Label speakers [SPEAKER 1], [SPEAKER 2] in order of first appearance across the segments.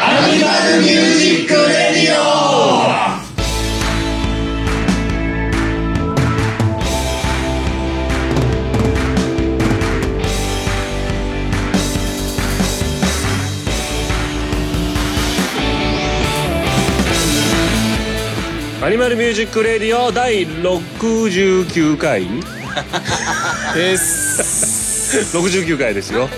[SPEAKER 1] アニマルミュージックレディオ
[SPEAKER 2] アニマルミュージックレディオ第69回 です69回ですよ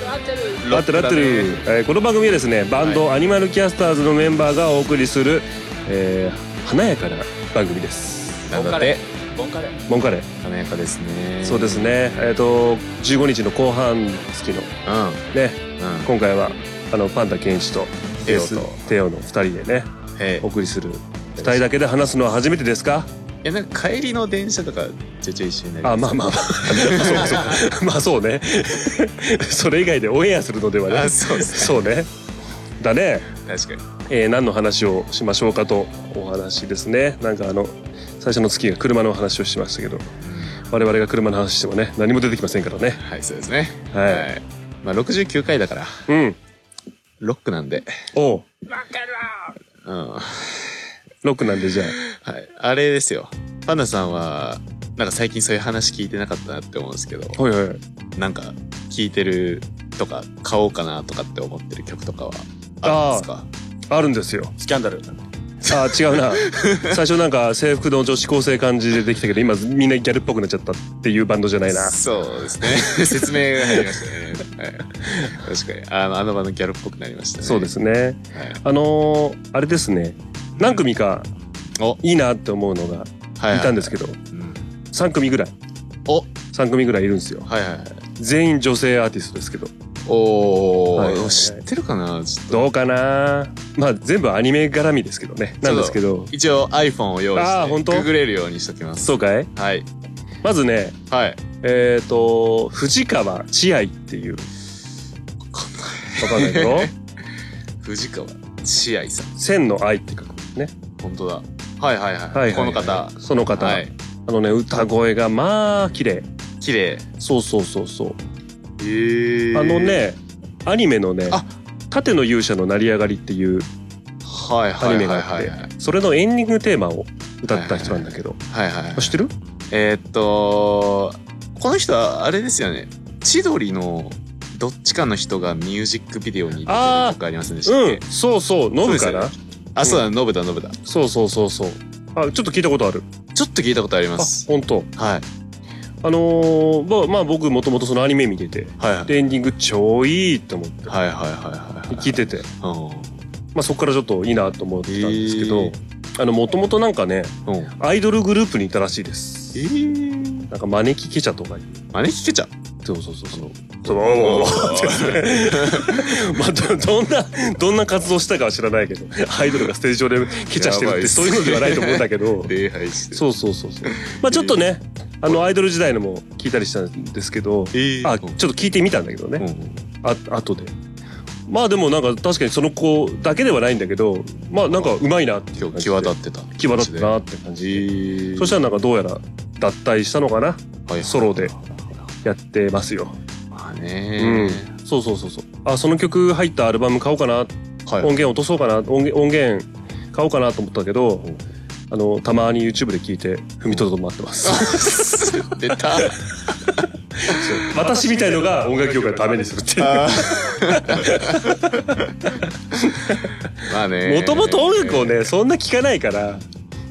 [SPEAKER 2] ラッテラッテル、えーこの番組はですねバンド、アニマルキャスターズのメンバーがお送りする、えー華やかな番組です
[SPEAKER 3] なんだって
[SPEAKER 4] ボンカレー
[SPEAKER 2] ボンカレー、
[SPEAKER 3] 華やかですね
[SPEAKER 2] そうですねえっ、と15日の後半月の
[SPEAKER 3] うん
[SPEAKER 2] ね
[SPEAKER 3] うん
[SPEAKER 2] 今回はあのパンダケンイチとテオとテオの2人でね
[SPEAKER 3] え
[SPEAKER 2] お送りする2人だけで話すのは初めてですか
[SPEAKER 3] えなんか帰りの電車とかちょいちょい一緒になり
[SPEAKER 2] あ
[SPEAKER 3] す
[SPEAKER 2] まあ まあまあそうかそうかまあそうね それ以外でオンエアするのではね
[SPEAKER 3] あそうですね
[SPEAKER 2] そうねだね、
[SPEAKER 3] 確か
[SPEAKER 2] えー何の話をしましょうかとお話ですねなんかあの最初の月が車の話をしましたけど我々が車の話してもね何も出てきませんからね
[SPEAKER 3] にはいそうですね
[SPEAKER 2] はい
[SPEAKER 3] まあ69回だから
[SPEAKER 2] うん
[SPEAKER 3] ロックなんで
[SPEAKER 2] おう
[SPEAKER 3] うんは
[SPEAKER 2] ロックなんでじゃあ
[SPEAKER 3] いあれですよパンダさんはなんか最近そういう話聞いてなかったなって思うんですけど
[SPEAKER 2] はいはい
[SPEAKER 3] なんか聞いてるとか買おうかなとかって思ってる曲とかはあるんですか
[SPEAKER 2] あるんですよ
[SPEAKER 4] スキャンダル
[SPEAKER 2] あー違うな最初なんか制服の女子高生感じでできたけど今みんなギャルっぽくなっちゃったっていうバンドじゃないな
[SPEAKER 3] そうですね説明が入りましたね、はい、確かにあのあの場のギャルっぽくなりましたね
[SPEAKER 2] そうで、すね
[SPEAKER 3] はい、
[SPEAKER 2] あのーあれですね何組か
[SPEAKER 3] お
[SPEAKER 2] いいなって思うのが
[SPEAKER 3] はいはい
[SPEAKER 2] たんですけど、
[SPEAKER 3] うん
[SPEAKER 2] 3組ぐらい
[SPEAKER 3] お
[SPEAKER 2] 3組ぐらいいるんですよ
[SPEAKER 3] はいはいはい
[SPEAKER 2] 全員女性アーティストですけど
[SPEAKER 3] おお、
[SPEAKER 2] はいはいはい
[SPEAKER 3] 知ってるかなちょっと
[SPEAKER 2] どうかなまあ全部アニメ絡みですけどねなんですけど
[SPEAKER 3] 一応 iPhone を用意
[SPEAKER 2] あー
[SPEAKER 3] し
[SPEAKER 2] 本
[SPEAKER 3] て
[SPEAKER 2] 当
[SPEAKER 3] ググれるようにしときます
[SPEAKER 2] そうかい
[SPEAKER 3] はい
[SPEAKER 2] まずね
[SPEAKER 3] はい
[SPEAKER 2] えっ、と藤川千愛っていうわかんないだろ
[SPEAKER 3] 藤川千愛さん
[SPEAKER 2] 千の愛って書くんですね
[SPEAKER 3] 本当だはいは
[SPEAKER 2] はい
[SPEAKER 3] いはい,、
[SPEAKER 2] はいはい
[SPEAKER 3] この方
[SPEAKER 2] その方、
[SPEAKER 3] はい
[SPEAKER 2] あのね歌声がまあ綺麗
[SPEAKER 3] 綺麗
[SPEAKER 2] そうそうそうそう
[SPEAKER 3] えー
[SPEAKER 2] あのねアニメのね
[SPEAKER 3] あ
[SPEAKER 2] 「盾の勇者の成り上がり」っていう
[SPEAKER 3] はい
[SPEAKER 2] ア
[SPEAKER 3] は
[SPEAKER 2] ニメ
[SPEAKER 3] いは
[SPEAKER 2] が
[SPEAKER 3] い
[SPEAKER 2] あっ
[SPEAKER 3] はい
[SPEAKER 2] て
[SPEAKER 3] はい
[SPEAKER 2] それのエンディングテーマを歌った人なんだけど、
[SPEAKER 3] はいはい
[SPEAKER 2] 知ってる
[SPEAKER 3] えーっとこの人はあれですよね千鳥のどっちかの人がミュージックビデオに出てる
[SPEAKER 2] あー
[SPEAKER 3] とかありませんでしたっ
[SPEAKER 2] う
[SPEAKER 3] け
[SPEAKER 2] んそうそうノブかな
[SPEAKER 3] そうあそうだノブだノブだ
[SPEAKER 2] そうそうそうそうあちょっと聞いたことある
[SPEAKER 3] ちょっと聞いたことあり
[SPEAKER 2] あ
[SPEAKER 3] ます
[SPEAKER 2] 本当
[SPEAKER 3] はい
[SPEAKER 2] あのーまあ、まあ僕もともとそのアニメ見てて
[SPEAKER 3] はいはい
[SPEAKER 2] でエンディング超いいって思って
[SPEAKER 3] はいはいはいはい
[SPEAKER 2] 聞いてて、
[SPEAKER 3] う
[SPEAKER 2] まあ、そこからちょっといいなと思ってたんですけど、
[SPEAKER 3] へえ
[SPEAKER 2] あのもともとなんかね
[SPEAKER 3] んうん
[SPEAKER 2] アイドルグループにいたらしいです
[SPEAKER 3] えー
[SPEAKER 2] なんか招きケチャとかいう
[SPEAKER 3] 真似聞けちゃう
[SPEAKER 2] そうそうそうそうそうおーおーって やつね まあどどんなどんな活動したかは知らないけどアイドルがステージ上でケチャしてる
[SPEAKER 3] やば
[SPEAKER 2] っ
[SPEAKER 3] いってす
[SPEAKER 2] そういうのではないと思うんだけ ど
[SPEAKER 3] 礼拝して
[SPEAKER 2] そうそうそうそうまあちょっとねあのアイドル時代のも聞いたりしたんですけど
[SPEAKER 3] えー
[SPEAKER 2] あちょっと聞いてみたんだけど
[SPEAKER 3] うん
[SPEAKER 2] ね
[SPEAKER 3] うん
[SPEAKER 2] あ後でまあでもなんか確かにその子だけではないんだけどまあなんかうまいなっていう感
[SPEAKER 3] 今日
[SPEAKER 2] じで
[SPEAKER 3] 際立ってた
[SPEAKER 2] 際立ったなって感
[SPEAKER 3] え
[SPEAKER 2] じ
[SPEAKER 3] ー
[SPEAKER 2] そしたらなんかどうやら脱退したのかな
[SPEAKER 3] はいはい
[SPEAKER 2] ソロでやってますよ
[SPEAKER 3] まあね
[SPEAKER 2] そうそうそうそうあその曲入ったアルバム買おうかな
[SPEAKER 3] はい
[SPEAKER 2] 音源落とそうかな音源音源買おうかなと思ったけど
[SPEAKER 3] うんあ
[SPEAKER 2] あのたまに YouTube で聞いて踏みとどまってます
[SPEAKER 3] 出た
[SPEAKER 2] 私みたいのが音楽業界をダメにするっていう
[SPEAKER 3] まあね
[SPEAKER 2] もともと音楽をねそんな聞かないから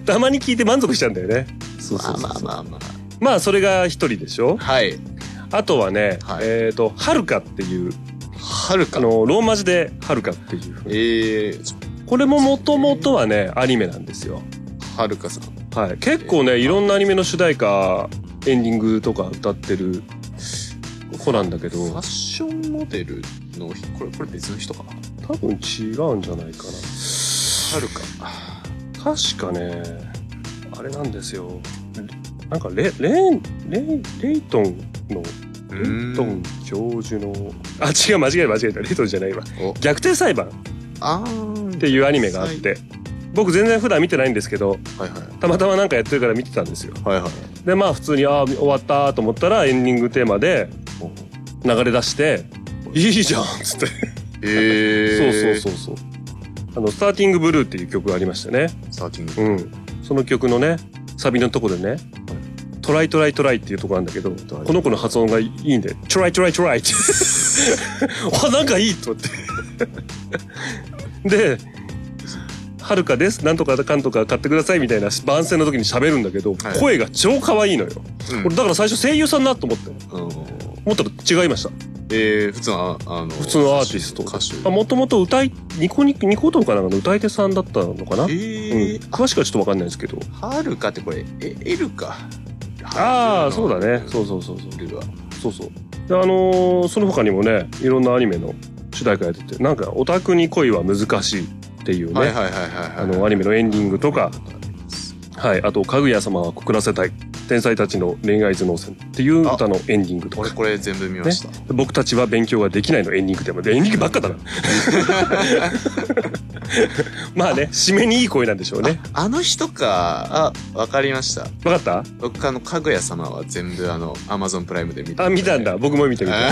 [SPEAKER 2] たまに聞いて満足しちゃうんだよねそう
[SPEAKER 3] ま
[SPEAKER 2] そ
[SPEAKER 3] あ
[SPEAKER 2] うそうそ
[SPEAKER 3] まあ
[SPEAKER 2] う
[SPEAKER 3] まあまあ
[SPEAKER 2] まあそれが一人でしょ
[SPEAKER 3] はい。
[SPEAKER 2] あとはね、
[SPEAKER 3] はい
[SPEAKER 2] えっ、とはるかっていう
[SPEAKER 3] はる
[SPEAKER 2] あ
[SPEAKER 3] か。
[SPEAKER 2] のローマ字ではるかっていうふうに
[SPEAKER 3] ええ
[SPEAKER 2] これももともとはねアニメなんですよ
[SPEAKER 3] はるかさん。
[SPEAKER 2] はい、結構ねいろんなアニメの主題歌エンディングとか歌ってる子なんだけ
[SPEAKER 3] ファ
[SPEAKER 2] ど
[SPEAKER 3] ッションモデルの人、これ、これ別の人かな。は
[SPEAKER 2] 多分違うんじゃないか
[SPEAKER 3] る
[SPEAKER 2] な
[SPEAKER 3] か。
[SPEAKER 2] 確かねあれなんですよなんかレレンレイレイトンのレ
[SPEAKER 3] う
[SPEAKER 2] イト
[SPEAKER 3] ー
[SPEAKER 2] ン
[SPEAKER 3] ん。
[SPEAKER 2] 教授のあ違う間違えた間違えたレイトンじゃないわ
[SPEAKER 3] お
[SPEAKER 2] 「逆転裁判」
[SPEAKER 3] あー
[SPEAKER 2] っていうアニメがあって僕全然普段見てないんですけど
[SPEAKER 3] はいは
[SPEAKER 2] たまたまなんかやってるから見てたんですよ
[SPEAKER 3] い。はいはい。
[SPEAKER 2] でまあ普通にあー終わったと思ったらエンディングテーマで
[SPEAKER 3] お
[SPEAKER 2] 流れ出して「いいじゃん」っつってそう
[SPEAKER 3] へえ
[SPEAKER 2] そうそうそうあの「スターティングブルー」っていう曲がありましてね、
[SPEAKER 3] う。スターティ
[SPEAKER 2] う
[SPEAKER 3] ング。
[SPEAKER 2] ん、その曲のねサビのとこでね「トライトライトライ」っていうとこなんだけど
[SPEAKER 3] トライ
[SPEAKER 2] この子の発音がいいんで「トライトライトライ」って あなんかいいと思ってで「はるかですなんとかかんとか買ってください」みたいな番宣の時に喋るんだけど、
[SPEAKER 3] はい
[SPEAKER 2] 声が超可愛いのよ、
[SPEAKER 3] うん
[SPEAKER 2] 俺だから最初声優さんなと思って
[SPEAKER 3] うん
[SPEAKER 2] 思ったら違いました
[SPEAKER 3] えー、普通の、ああの、普
[SPEAKER 2] 通のアーティスト
[SPEAKER 3] 歌手。
[SPEAKER 2] もともと歌いニコニニコ動かなんかの歌い手さんだったのかな、う
[SPEAKER 3] え
[SPEAKER 2] ん
[SPEAKER 3] ー、
[SPEAKER 2] 詳しくはちょっとわかんないですけど
[SPEAKER 3] はるかってこれ、え、エルか。
[SPEAKER 2] ああそうだねそううそうそうそう
[SPEAKER 3] エルは。
[SPEAKER 2] そうそうであのーその他にもねいろんなアニメの主題歌やっててなんか「オタクに恋は難しい」っていうね、
[SPEAKER 3] はいはいはいはいはい。
[SPEAKER 2] あのアニメのエンディングとか、はい、あと「かぐや様は告らせたい」「天才たちの恋愛頭脳戦」っていう歌のエンディングと
[SPEAKER 3] 俺
[SPEAKER 2] か
[SPEAKER 3] これ全部見ました。
[SPEAKER 2] 「僕たちは勉強ができない」のエンディングでもエンディングばっ かだなまあね締めにいい声なんでしょうね
[SPEAKER 3] あの人か、あ、わかりました。
[SPEAKER 2] わかった
[SPEAKER 3] 僕あの、かぐや様は全部あの、アマゾンプライムで見た。
[SPEAKER 2] あ見たんだ。僕も見てみた
[SPEAKER 3] あ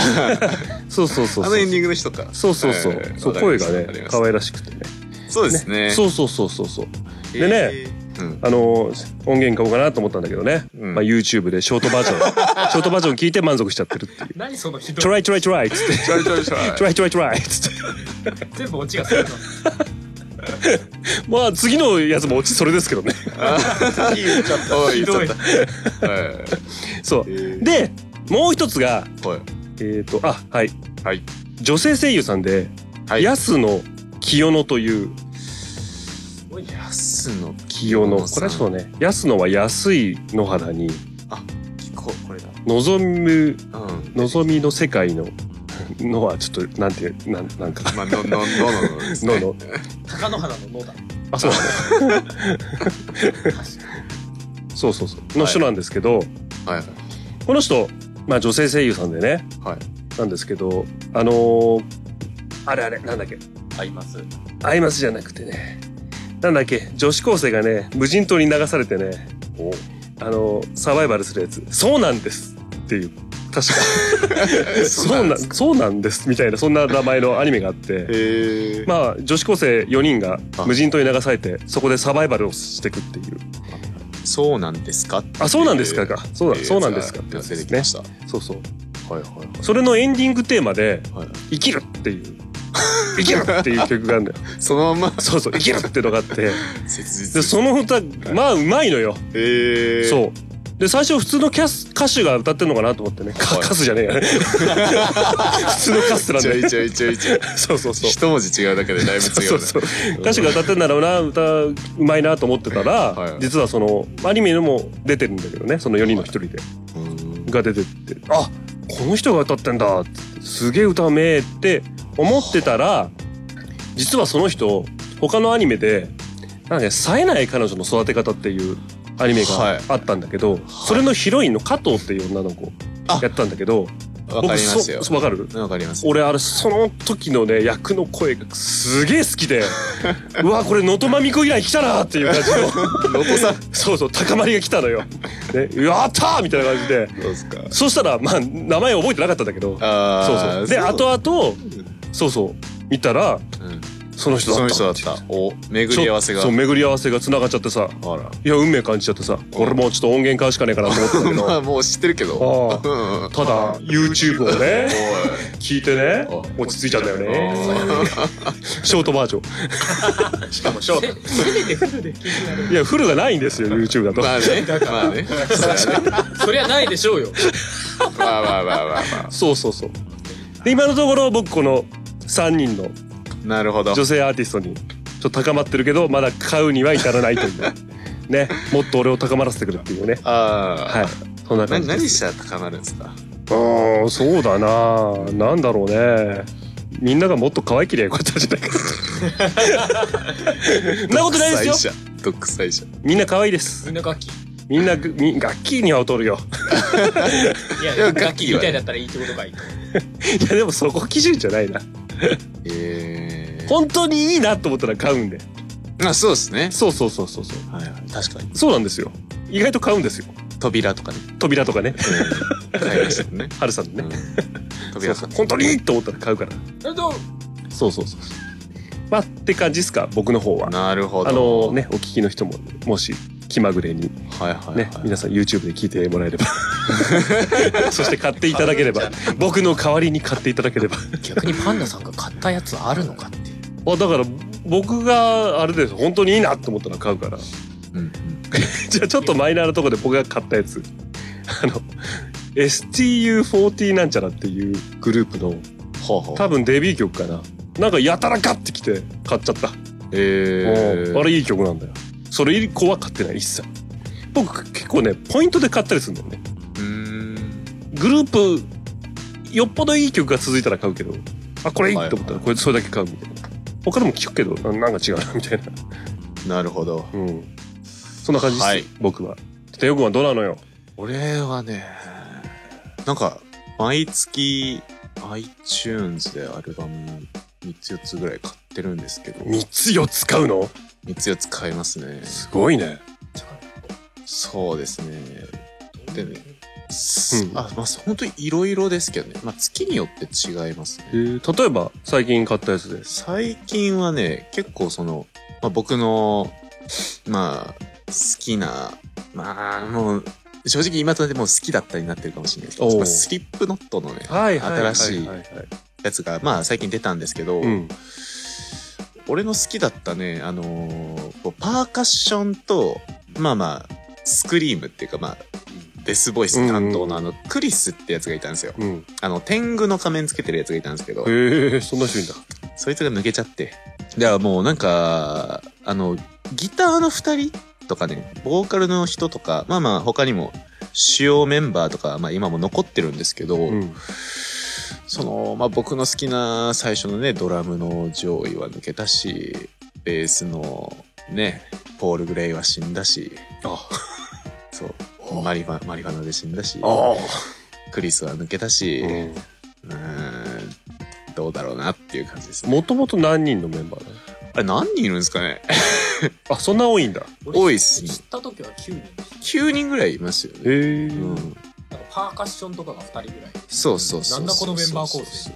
[SPEAKER 2] そう そうそうそう
[SPEAKER 3] のエンディングの人か。
[SPEAKER 2] そうそうそう,、
[SPEAKER 3] えー
[SPEAKER 2] そう
[SPEAKER 3] わかり
[SPEAKER 2] 声
[SPEAKER 3] まし
[SPEAKER 2] が
[SPEAKER 3] た
[SPEAKER 2] ね
[SPEAKER 3] わかりました
[SPEAKER 2] 可愛らしくてね
[SPEAKER 3] そうですね。
[SPEAKER 2] そうそうそうそうそうでね
[SPEAKER 3] えー。うん。
[SPEAKER 2] あの音源買おうかなと思ったんだけどね、
[SPEAKER 3] うん
[SPEAKER 2] まあ、YouTube でショートバージョ ンショートバージョン聞いて満足しちゃってるっていう
[SPEAKER 4] 何そのひ
[SPEAKER 2] 「ト
[SPEAKER 4] どい
[SPEAKER 2] ライトライトライ」っつって
[SPEAKER 3] ちょいちょいちょい。
[SPEAKER 2] 「ト ライトライトライ」っつっ
[SPEAKER 4] 全部オチがするの
[SPEAKER 2] てまあ次のやつもオチそれですけどね
[SPEAKER 3] 言っちゃった。おい、言っちゃった。はい
[SPEAKER 2] そう
[SPEAKER 3] え
[SPEAKER 2] でもう一つが
[SPEAKER 3] ーはい。
[SPEAKER 2] えっ、とあはい
[SPEAKER 3] はい。
[SPEAKER 2] 女性声優さんで
[SPEAKER 3] はい
[SPEAKER 2] 安野清野という
[SPEAKER 4] すごいね
[SPEAKER 3] 安野
[SPEAKER 2] 清野これはちょっとね安野は安い野原に
[SPEAKER 3] ここれだ。
[SPEAKER 2] 望む
[SPEAKER 3] うん。
[SPEAKER 2] 望みの世界の のはちょっとなんていうなんなんか
[SPEAKER 3] まあ、の、の、の、のですね
[SPEAKER 2] のの
[SPEAKER 4] 貴乃花の野だ
[SPEAKER 2] あそうそうそうそうの人なんですけど、
[SPEAKER 3] はい。
[SPEAKER 2] この人、まあ、女性声優さんでね、
[SPEAKER 3] はい
[SPEAKER 2] なんですけどあのーあれあれなんだっけ
[SPEAKER 4] 合います
[SPEAKER 2] アイマスじゃなくてねなんだっけ女子高生がね無人島に流されてねあのーサバイバルするやつそうなんですっていう 確かそうなんそうなんですみたいなそんな名前のアニメがあって。
[SPEAKER 3] へえ。
[SPEAKER 2] まあ、女子高生4人が無人島に流されてそこでサバイバルをしていくっていう
[SPEAKER 3] そうなんですか
[SPEAKER 2] あそうなんですか
[SPEAKER 3] ってい
[SPEAKER 2] かそうだ
[SPEAKER 3] えー
[SPEAKER 2] そうなんですかって
[SPEAKER 3] や
[SPEAKER 2] や
[SPEAKER 3] つ
[SPEAKER 2] つ
[SPEAKER 3] が
[SPEAKER 2] で
[SPEAKER 3] 出て
[SPEAKER 2] す
[SPEAKER 3] きま
[SPEAKER 2] ね
[SPEAKER 3] した。
[SPEAKER 2] そうそう
[SPEAKER 3] はいはい
[SPEAKER 2] それのエンディングテーマで
[SPEAKER 3] はい。
[SPEAKER 2] 「生きる」っていう「生きる」っていう曲が あるんだよ
[SPEAKER 3] そのまんま
[SPEAKER 2] そうそう「生きる」っていうのがあって
[SPEAKER 3] 切実
[SPEAKER 2] でその歌まあうまいのよ
[SPEAKER 3] へえう
[SPEAKER 2] そうで最初普通のキャス歌手が歌ってんのかなと思ってねか
[SPEAKER 3] はい
[SPEAKER 2] カスじゃねえ やね普通のカスなん
[SPEAKER 3] ちょ
[SPEAKER 2] で
[SPEAKER 3] いちょいちょいちょい
[SPEAKER 2] そうそうそう
[SPEAKER 3] 一文字違うだけでだいぶ違う
[SPEAKER 2] そうそう歌手が歌ってんだろうな歌うまいなと思ってたら、
[SPEAKER 3] はい
[SPEAKER 2] 実はそのアニメでも出てるんだけどねその4人の1人で、
[SPEAKER 3] うーん
[SPEAKER 2] が出てってあこの人が歌ってんだっつってすげえ歌うめえって思ってたら実はその人他のアニメで「なんかね冴えない彼女の育て方」っていうアニメ
[SPEAKER 3] はい
[SPEAKER 2] があったんだけど、それのヒロインの加藤っていう女の子
[SPEAKER 3] あ
[SPEAKER 2] やったんだけど
[SPEAKER 3] わかりますよ
[SPEAKER 2] そわかる
[SPEAKER 3] わかります
[SPEAKER 2] 俺あれその時のね役の声がすげえ好 きでうわこれ能登まみこ以来来たなっていう感じの
[SPEAKER 3] ロコさん
[SPEAKER 2] そうそう高まりが来たのよ。ね、やったーみたいな感じで
[SPEAKER 3] どうですか
[SPEAKER 2] そしたらまあ名前覚えてなかったんだけど
[SPEAKER 3] あ
[SPEAKER 2] そう
[SPEAKER 3] あ
[SPEAKER 2] そうで後々そうそう見たらその人
[SPEAKER 3] そ
[SPEAKER 2] だ
[SPEAKER 3] の
[SPEAKER 2] った
[SPEAKER 3] 人だったお巡り合わせが
[SPEAKER 2] そう巡り合わせが繋がっちゃってさ
[SPEAKER 3] あら
[SPEAKER 2] いや運命感じちゃってさ俺もうちょっと音源買うしかねえかなと思ってたんだけど
[SPEAKER 3] まあもう知ってるけど
[SPEAKER 2] ああ
[SPEAKER 3] うんうん
[SPEAKER 2] ただ YouTube をね聞いてね
[SPEAKER 3] あ
[SPEAKER 2] 落ち着いちゃ ったよね
[SPEAKER 3] おい
[SPEAKER 2] ショートバージョン
[SPEAKER 4] しかもショートせめてフルで聞いてやる
[SPEAKER 2] いや、フルがないんです よ、YouTube だと。
[SPEAKER 3] まあねまあねそうだね
[SPEAKER 4] そりゃないでしょうよ
[SPEAKER 3] まあまあまあまあま
[SPEAKER 2] そうそうそう。で、今のところ僕この3人の
[SPEAKER 3] あなるほど
[SPEAKER 2] 女性アーティストにちょっと高まってるけど、まだ買うには至らないという。 ね、もっと俺を高まらせてくるっていうね。
[SPEAKER 3] あ
[SPEAKER 2] はい
[SPEAKER 3] あ。
[SPEAKER 2] そんな感
[SPEAKER 3] 何
[SPEAKER 2] じで
[SPEAKER 3] 何
[SPEAKER 2] す。
[SPEAKER 3] したら高まるんですか
[SPEAKER 2] うーん、そうだななんだろうね。みんながもっと可愛ければよかったんじゃないか な。そんなことないですよ。
[SPEAKER 3] 独裁者独裁者
[SPEAKER 2] みんな可愛いです。
[SPEAKER 4] みんなガキ
[SPEAKER 2] みんなぐ、み楽器には劣るよ。
[SPEAKER 4] いや
[SPEAKER 3] いや
[SPEAKER 4] ガ
[SPEAKER 3] ガキ
[SPEAKER 4] キ
[SPEAKER 3] は
[SPEAKER 4] みたいだったらいいってことかい
[SPEAKER 2] いや、でもそこ基準じゃないな。
[SPEAKER 3] ええ
[SPEAKER 2] 本当にいいなと思ったら買うんで。
[SPEAKER 3] あそうですね
[SPEAKER 2] そうそうそうそうそう。
[SPEAKER 3] はいはい確かに
[SPEAKER 2] そうなんですよ。意外と買うんですよ。
[SPEAKER 3] 扉とかね
[SPEAKER 2] 扉とかね、
[SPEAKER 3] 買いましたね
[SPEAKER 2] ハルさんのね。
[SPEAKER 3] う ん
[SPEAKER 2] そう
[SPEAKER 3] 扉
[SPEAKER 2] そ
[SPEAKER 3] 買
[SPEAKER 2] う
[SPEAKER 3] っ
[SPEAKER 2] 本当にいいと思ったら買うから。
[SPEAKER 4] それと
[SPEAKER 2] そうそうそう。まあ、って感じですか、僕の方は。
[SPEAKER 3] なるほど。
[SPEAKER 2] あのね、お聞きの人も、もし、気まぐれに
[SPEAKER 3] はいはい、はい
[SPEAKER 2] ね、皆さん YouTube で聞いてもらえれば。 そして買っていただければ。僕の代わりに買っていただければ。
[SPEAKER 5] 逆にパンダさんが買ったやつあるのかっていう
[SPEAKER 2] あだから僕があれです本当にいいなと思ったら買うから
[SPEAKER 3] うんうん
[SPEAKER 2] じゃあちょっとマイナーなとこで僕が買ったやつあの STU40 なんちゃらっていうグループの
[SPEAKER 3] ほうほう
[SPEAKER 2] 多分デビュー曲かななんかやたらガッてきて買っちゃった、
[SPEAKER 3] えー、
[SPEAKER 2] うんあれいい曲なんだよそれ以降は買ってない一切僕結構ねポイントで買ったりするんだよね
[SPEAKER 3] うーん
[SPEAKER 2] グループよっぽどいい曲が続いたら買うけどあこれいいと思ったらこれそれだけ買うみたいな他のも聞くけどあなんか違うなみ たいな
[SPEAKER 3] なるほど
[SPEAKER 2] うん。そんな感じです、
[SPEAKER 3] はい
[SPEAKER 2] 僕は。テヨ君はどうなのよ
[SPEAKER 3] 俺はねなんか毎月 iTunes でアルバム3つ4つぐらい買ってるんですけど3
[SPEAKER 2] ?3 つ4つ買うの
[SPEAKER 3] つ4つ買いますね
[SPEAKER 2] すごいね。
[SPEAKER 3] そうですねでね、
[SPEAKER 2] うん
[SPEAKER 3] あまあ本当にいろいろですけどね、まあ、月によって違いますね
[SPEAKER 2] えー例えば、最近買ったやつです。
[SPEAKER 3] 最近はね結構その、まあ、僕のまあ好きなまあもう正直今となってもう好きだったになってるかもしれないですけ
[SPEAKER 2] おう
[SPEAKER 3] ど、まあ、スリップノットのね
[SPEAKER 2] はい
[SPEAKER 3] はいはいはいはいやつがまあ最近出たんですけど、
[SPEAKER 2] うん。
[SPEAKER 3] 俺の好きだったねあのーこうパーカッションとまあまあスクリームっていうかまあデスボイス担当のあのクリスってやつがいたんですよ。
[SPEAKER 2] うん。
[SPEAKER 3] あの天狗の仮面つけてるやつがいたんですけ
[SPEAKER 2] へ
[SPEAKER 3] ど
[SPEAKER 2] え、ー、そんな人いんだ。
[SPEAKER 3] そいつが抜けちゃって。ではもうなんか、あの、ギターの二人とかね、ボーカルの人とか、まあまあ他にも主要メンバーとか、まあ今も残ってるんですけど、
[SPEAKER 2] うん。
[SPEAKER 3] その、まあ僕の好きな最初のね、ドラムの上位は抜けたし、ベースのね、ポール・グレイは死んだし、
[SPEAKER 2] あ
[SPEAKER 3] そう、マリファ、マリファナで死んだし、
[SPEAKER 2] あ。
[SPEAKER 3] クリスは抜けたし、う
[SPEAKER 2] うん
[SPEAKER 3] ーん、どうだろうなっていう感じですね。
[SPEAKER 2] もともと何人のメンバーだ
[SPEAKER 3] あれ何人いるんですかね
[SPEAKER 2] あ、そんな多いんだ。
[SPEAKER 3] 多いっすね
[SPEAKER 5] 知った時は9人でし
[SPEAKER 3] ?9 人ぐらいいますよね。
[SPEAKER 2] へえ。
[SPEAKER 3] うん
[SPEAKER 2] へ
[SPEAKER 5] たなんかパーカッションとかが2人ぐらい
[SPEAKER 3] そうそうそう。
[SPEAKER 5] なんだこのメンバー構成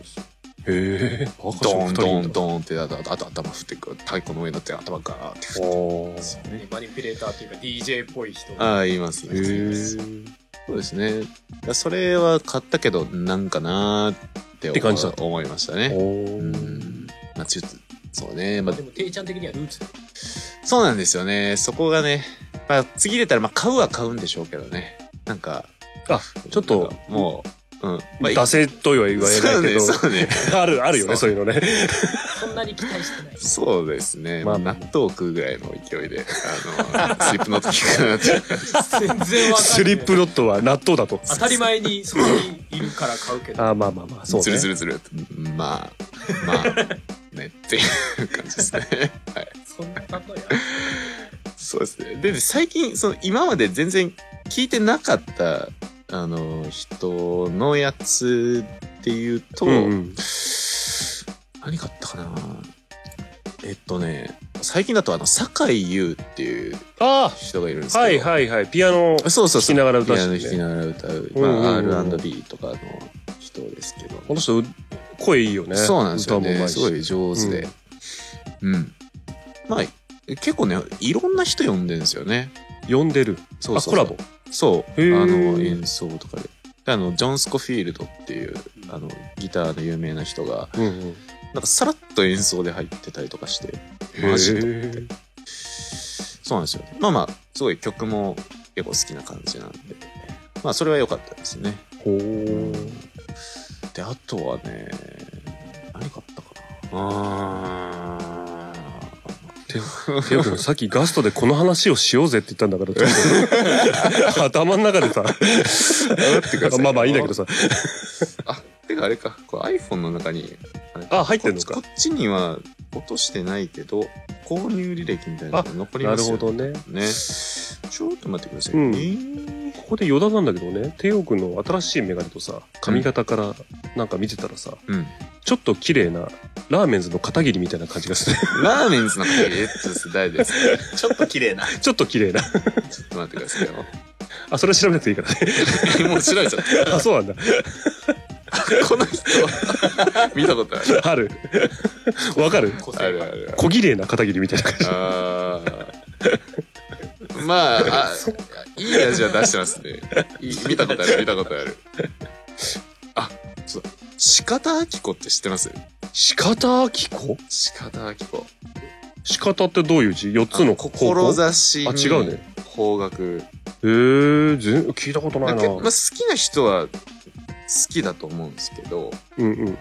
[SPEAKER 2] え。
[SPEAKER 3] ドンドン
[SPEAKER 2] ン。
[SPEAKER 3] ドンってあとあと頭振ってく太鼓の上に乗って頭ガーって振って
[SPEAKER 2] おー
[SPEAKER 3] そうね
[SPEAKER 5] でマニフィレーターというか DJ っぽい人
[SPEAKER 3] ああいます
[SPEAKER 2] へ
[SPEAKER 3] ね
[SPEAKER 2] ー
[SPEAKER 3] そうですねいやそれは買ったけどなんかなーって思
[SPEAKER 2] って感じだった
[SPEAKER 3] 思いました
[SPEAKER 2] お
[SPEAKER 3] ねう
[SPEAKER 2] ー
[SPEAKER 3] んまあちょっとそうね、まあ
[SPEAKER 5] で、もていちゃん的にはルーツ
[SPEAKER 3] そうなんですよねそこがねまあ次出たらまあ買うは買うんでしょうけどねなんか
[SPEAKER 2] あ、ちょっ
[SPEAKER 3] なん
[SPEAKER 2] と
[SPEAKER 3] か、もううんま
[SPEAKER 2] 出
[SPEAKER 3] あ
[SPEAKER 2] せとは言われないけ
[SPEAKER 3] そうねそうね
[SPEAKER 2] ど、 ある、あるよね、そ
[SPEAKER 3] そう
[SPEAKER 2] いうのね。
[SPEAKER 5] そんなに期待してない
[SPEAKER 3] そうですね。
[SPEAKER 2] ま
[SPEAKER 3] ま
[SPEAKER 2] あ
[SPEAKER 3] あ、
[SPEAKER 2] まあ
[SPEAKER 3] 納豆を食うぐらいの勢いで、 あの、スリップの時かなって。
[SPEAKER 5] 全然わかんない
[SPEAKER 2] スリップロットは納豆だと。
[SPEAKER 5] 当たり前にそこにいるから買うけど
[SPEAKER 2] あーまあまあまあ、そうね。
[SPEAKER 3] ずるずるずる。まあ、まあ、ね、っていう感じですね。
[SPEAKER 5] そんな例えある
[SPEAKER 3] そうですね。で、最近、その、今まで全然聞いてなかった、あの、人のやつっていうと、
[SPEAKER 2] うん
[SPEAKER 3] 何買ったかなえっとね、最近だとあの、酒井優っていう
[SPEAKER 2] あ
[SPEAKER 3] 人がいるんです
[SPEAKER 2] あ
[SPEAKER 3] けど、
[SPEAKER 2] はいはいはい。ピアノを
[SPEAKER 3] そうそ
[SPEAKER 2] 弾
[SPEAKER 3] うそ
[SPEAKER 2] き
[SPEAKER 3] う。
[SPEAKER 2] ながら歌
[SPEAKER 3] ピ
[SPEAKER 2] う
[SPEAKER 3] アノ弾
[SPEAKER 2] し、
[SPEAKER 3] き
[SPEAKER 2] ね。
[SPEAKER 3] ながら歌う、
[SPEAKER 2] うんうん
[SPEAKER 3] まあ、
[SPEAKER 2] うん
[SPEAKER 3] R&B とかの人ですけど、
[SPEAKER 2] この人、声いいよね。
[SPEAKER 3] そうなんですよ
[SPEAKER 2] 歌もうま
[SPEAKER 3] ね
[SPEAKER 2] いし。
[SPEAKER 3] すごい上手で、うんまあ結構ねいろんな人呼んでるんですよね
[SPEAKER 2] 呼んでる。
[SPEAKER 3] そうそうそう
[SPEAKER 2] あ、コラボ。
[SPEAKER 3] そう
[SPEAKER 2] へー
[SPEAKER 3] あの演奏とかでであのジョン・スコフィールドっていうあのギターの有名な人が
[SPEAKER 2] うんうん。
[SPEAKER 3] なんかさらっと演奏で入ってたりとかしてマジで
[SPEAKER 2] へ
[SPEAKER 3] そうなんですよまあまあすごい曲も結構好きな感じなんでまあそれは良かったですね
[SPEAKER 2] ほう。
[SPEAKER 3] で、あとはね、何買ったかな。あー。でも、
[SPEAKER 2] てよくんさっきガストでこの話をしようぜって言ったんだからちょっと、 頭の中でさ、
[SPEAKER 3] 待ってください。
[SPEAKER 2] まあまあいいんだけど。さ。
[SPEAKER 3] あ、てかあれか、これ iPhone の中に、あれ
[SPEAKER 2] あ、入ってんの
[SPEAKER 3] こ
[SPEAKER 2] か
[SPEAKER 3] っ。ちには落としてないけど、購入履歴みたいなのが残り
[SPEAKER 2] な
[SPEAKER 3] ま
[SPEAKER 2] る
[SPEAKER 3] す
[SPEAKER 2] ほ
[SPEAKER 3] よ
[SPEAKER 2] どね。
[SPEAKER 3] ね。ちょっと待ってください。
[SPEAKER 2] うん
[SPEAKER 3] えー
[SPEAKER 2] ここで余談なんだけどね、テヨくんの新しいメガネとさ、髪型からなんか見てたらさ、
[SPEAKER 3] うん
[SPEAKER 2] ちょっと綺麗な、ラーメンズの片桐みたいな感じがする。
[SPEAKER 3] ラーメンズの方がえっとです、誰ですか
[SPEAKER 4] ちょっと綺麗な。
[SPEAKER 2] ちょっと綺麗な。
[SPEAKER 3] ちょっと待ってくださいよ。
[SPEAKER 2] あ、それは調べなくていいからね。
[SPEAKER 3] もう調べちゃっ
[SPEAKER 2] あ、そうなんだ。
[SPEAKER 3] この人は見たことある。
[SPEAKER 2] ある。わかる
[SPEAKER 5] 個
[SPEAKER 3] あ
[SPEAKER 5] 性
[SPEAKER 3] るあ
[SPEAKER 5] が
[SPEAKER 3] る
[SPEAKER 2] 小綺麗な片桐みたいな感じ。
[SPEAKER 3] あーまああ、いい味は出してますね。いい見たことある、見たことある。あ、そうだ。四方明子って知ってます
[SPEAKER 2] 仕方明子
[SPEAKER 3] 四方明子。
[SPEAKER 2] 仕方ってどういう字四つの
[SPEAKER 3] あ
[SPEAKER 2] 方向
[SPEAKER 3] 志
[SPEAKER 2] あ、違うね。。
[SPEAKER 3] 方角。
[SPEAKER 2] へえー、全聞いたことない
[SPEAKER 3] なん
[SPEAKER 2] な。
[SPEAKER 3] かまあ、好きな人は好きだと思うんですけど、
[SPEAKER 2] うんうんうん。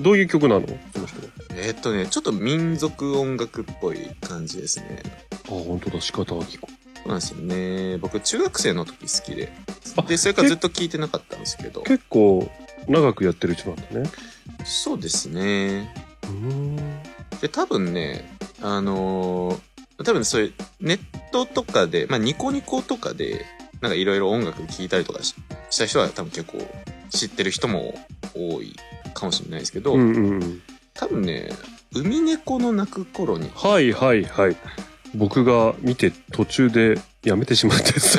[SPEAKER 2] どういう曲なのその人は。
[SPEAKER 3] えーっとね、ちょっと民族音楽っぽい感じですね。
[SPEAKER 2] あ、本当だ、仕方明子。
[SPEAKER 3] そうなんですよね。僕、中学生の時好きで
[SPEAKER 2] あ。
[SPEAKER 3] で、それからずっと聞いてなかったんですけど。
[SPEAKER 2] 結構、長くやってる人なんだね。
[SPEAKER 3] そうですね。
[SPEAKER 2] うーん。
[SPEAKER 3] で、多分ね、あのー多分そういうネットとかで、まあニコニコとかで、なんかいろいろ音楽聴いたりとかしした人は多分結構知ってる人も多いかもしれないですけど、
[SPEAKER 2] うんうんうん。
[SPEAKER 3] 多分ね、海猫の泣く頃に、
[SPEAKER 2] はいはいはい。僕が見て途中でやめてしまってさ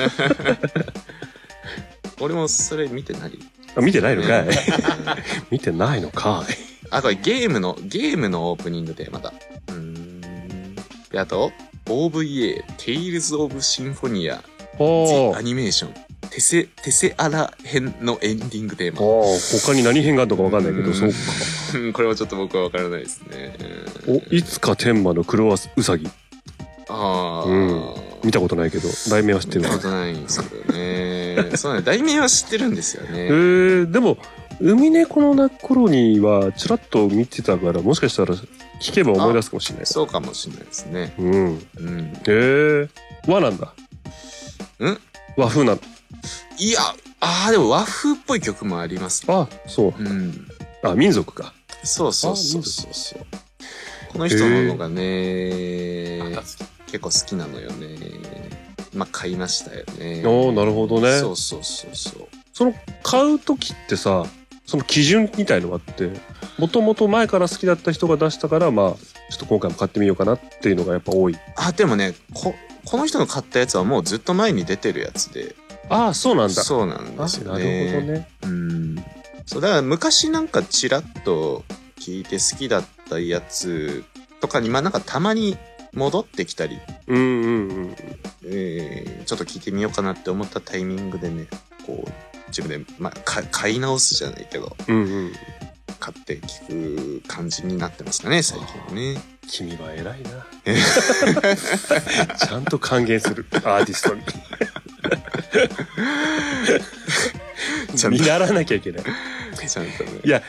[SPEAKER 3] 俺もそれ見てない。
[SPEAKER 2] あ見てないのかい
[SPEAKER 3] うん
[SPEAKER 2] 見てないのかい
[SPEAKER 3] あ、これゲームの、ゲームのオープニングテーマだ。うーん。で、あと、OVA、Tales of Symphonia、
[SPEAKER 2] お
[SPEAKER 3] アニメーション、テセ、テセアラ編のエンディングテー
[SPEAKER 2] ああ、
[SPEAKER 3] マ。
[SPEAKER 2] 他に何編があるのかわかんないけ
[SPEAKER 3] う
[SPEAKER 2] ど、
[SPEAKER 3] ん
[SPEAKER 2] そうか。
[SPEAKER 3] うん これはちょっと僕はわからないですね。
[SPEAKER 2] お、いつか天魔のクロワスウサギ。
[SPEAKER 3] ああ、
[SPEAKER 2] うん見たことないけど、題名は知って
[SPEAKER 3] 見
[SPEAKER 2] る
[SPEAKER 3] た
[SPEAKER 2] わ
[SPEAKER 3] こ。とないんですけどね。 そうね、題名は知ってるんですよ
[SPEAKER 2] え
[SPEAKER 3] ね。
[SPEAKER 2] ー、でも、海猫の泣く頃には、ちらっと見てたから、もしかしたら、聞けば思い出すかもしれない。
[SPEAKER 3] そうかもしれないですね。
[SPEAKER 2] うん。
[SPEAKER 3] うん。
[SPEAKER 2] えー、和なんだ。
[SPEAKER 3] ん
[SPEAKER 2] 和風なの。
[SPEAKER 3] いや、ああ、でも和風っぽい曲もあります。
[SPEAKER 2] あ、そう。
[SPEAKER 3] うん。
[SPEAKER 2] あ、民族か。
[SPEAKER 3] そうそうそうそうそう。この人の方がね、結構好きなのよね。まあ買いましたよね。
[SPEAKER 2] おーなるほどね
[SPEAKER 3] そうそうそうそう。
[SPEAKER 2] その買う時ってさその基準みたいのがあってもともと前から好きだった人が出したからまあちょっと今回も買ってみようかなっていうのがやっぱ多い
[SPEAKER 3] あ、でもね、こ、この人の買ったやつはもうずっと前に出てるやつで。
[SPEAKER 2] ああそうなんだ
[SPEAKER 3] そうなん
[SPEAKER 2] あ
[SPEAKER 3] ですよ
[SPEAKER 2] なる
[SPEAKER 3] ね。
[SPEAKER 2] ほど。ね
[SPEAKER 3] うん。そう、だから昔なんかチラッと聞いて好きだったやつとかに、まあなんかたまに戻ってきたり、
[SPEAKER 2] うんうんうん
[SPEAKER 3] えーちょっと聞いてみようかなって思ったタイミングでね、こう、自分で、まあ、か買い直すじゃないけど、
[SPEAKER 2] うんうん
[SPEAKER 3] 買って聞く感じになってますかね、最近はね。
[SPEAKER 2] 君は偉いなちゃんと還元するアーティス トに
[SPEAKER 3] ちゃんと
[SPEAKER 2] 見習わなきゃいけない
[SPEAKER 3] ちゃんとね。
[SPEAKER 2] いや